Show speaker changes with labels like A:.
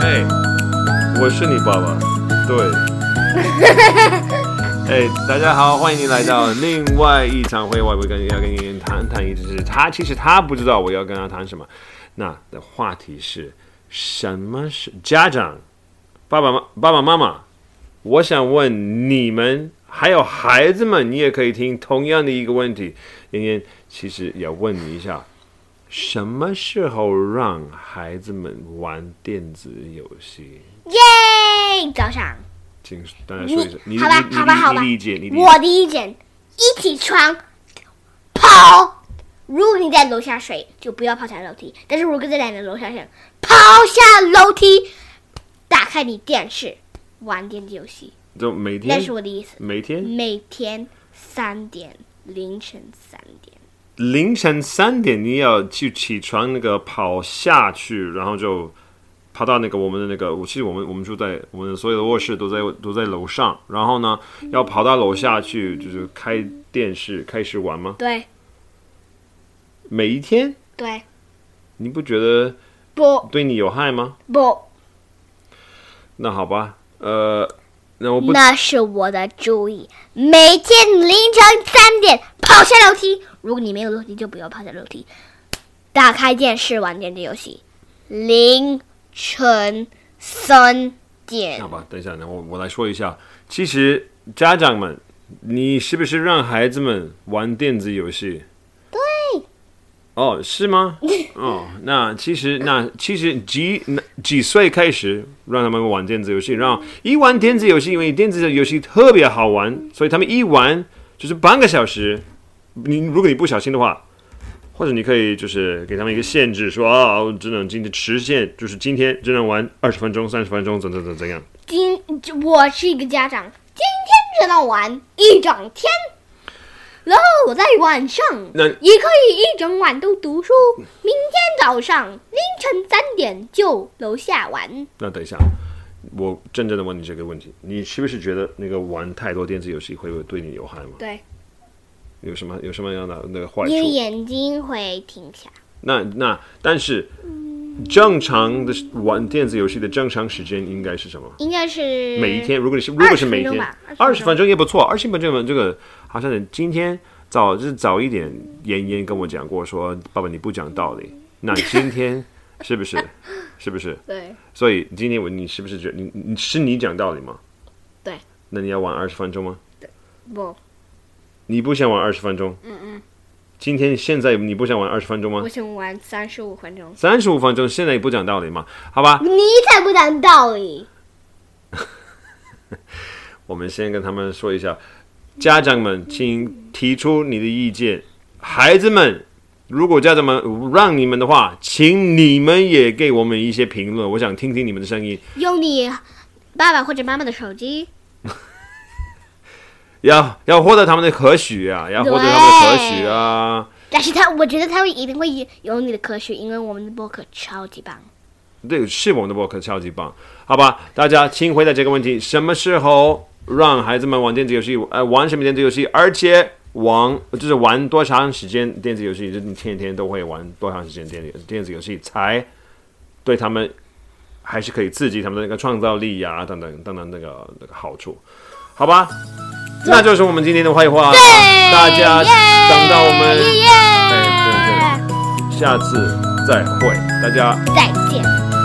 A: 哎是你爸爸，对。哎，大家好，欢迎来到另外一场会。我会跟要跟你谈谈，一直是他其实他不知道我要跟他谈什么。那的话题是什么是家长？爸爸妈爸爸妈妈，我想问你们，还有孩子们，你也可以听同样的一个问题。妍妍，其实要问你一下，什么时候让孩子们玩电子游戏？
B: 耶！早上，
A: 请大家说一声，你
B: 你好吧
A: 你
B: 好吧
A: 你
B: 好吧
A: 你理解你理
B: 我
A: 解。
B: 的意见，一起床跑。如果你在楼下睡，就不要跑下楼梯；但是如果在你的楼下睡，跑下楼梯，打开你电视，玩电子游戏。
A: 就每天
B: 那是我的意思。
A: 每天
B: 每天三点，凌晨三点。
A: 凌晨三点你要去起床那个跑下去，然后就跑到那个我们的那个，我其实我们我们住在我们所有的卧室都在都在楼上，然后呢要跑到楼下去，就是开电视开始玩吗？
B: 对
A: 每一天
B: 对，
A: 你不觉得
B: 不
A: 对你有害吗？
B: 不，
A: 那好吧，呃，那我不
B: 那是我的主意。每天凌晨三点跑下楼梯，如果你没有楼梯，就不要跑下楼梯。打开电视玩电子游戏，凌晨三点
A: 好。吧，等一下，那我我来说一下。其实家长们，你是不是让孩子们玩电子游戏？对。哦，是吗？哦，那其实那其实几那几岁开始让他们玩电子游戏，然后一玩电子游戏，因为电子游戏特别好玩，所以他们一玩就是半个小时。你如果你不小心的话，或者你可以就是给他们一个限制，说啊、我只能今天时限就是今天只能玩二十分钟、三十分钟，怎怎怎怎样。
B: 今我是一个家长，今天只能玩一整天，然后我在晚上
A: 那
B: 也可以一整晚都读书。明天早上凌晨三点就楼下玩。
A: 那等一下，我真正的问你这个问题，你是不是觉得那个玩太多电子游戏会不会对你有害吗？
B: 对，
A: 有什么有什么样的那个坏
B: 因为
A: 处？
B: 眼睛会停下。
A: 那那但是正常的玩电子游戏的正常时间应该是什么？
B: 应该是
A: 每一天，如果你是如果是每
B: 20分钟
A: 天
B: 吧
A: 嗯二
B: 20
A: 十分钟也不错，二十分钟这个好像今天早就是早一点，妍妍跟我讲过说，爸爸你不讲道理。那今天是不是是不是？
B: 对
A: 所以今天我你是不是觉你你是你讲道理吗？
B: 对。
A: 那你要玩二十分钟吗？
B: 不，
A: 你不想玩二十分钟？嗯嗯。今天现在你不想玩二十分钟吗
B: 我？想玩三十五分钟。
A: 三十五分钟，现在也不讲道理嘛？好吧，
B: 你才不讲道理。
A: 我们先跟他们说一下，家长们，请提出你的意见。孩子们，如果家长们让你们的话，请你们也给我们一些评论，我想听听你们的声音。
B: 用你爸爸或者妈妈的手机。
A: 要要获得他们的可许啊，要获得他们的可许啊。
B: 但是他，我觉得他会一定会有你的科学，因为我们的播客超级棒。
A: 对，是我们的博客超级棒，好吧？啊大家请回答这个问题：什么时候让孩子们玩电子游戏？呃，玩什么电子游戏？而且玩就是玩多长时间电子游戏？就是你天天都会玩多长时间电子电子游戏，才对他们还是可以刺激他们的那个创造力呀、等等等等那个那个好处，好吧？那就是我们今天的坏话，大家等到我们
B: 耶耶
A: 哎对对下次再会，大家
B: 再见，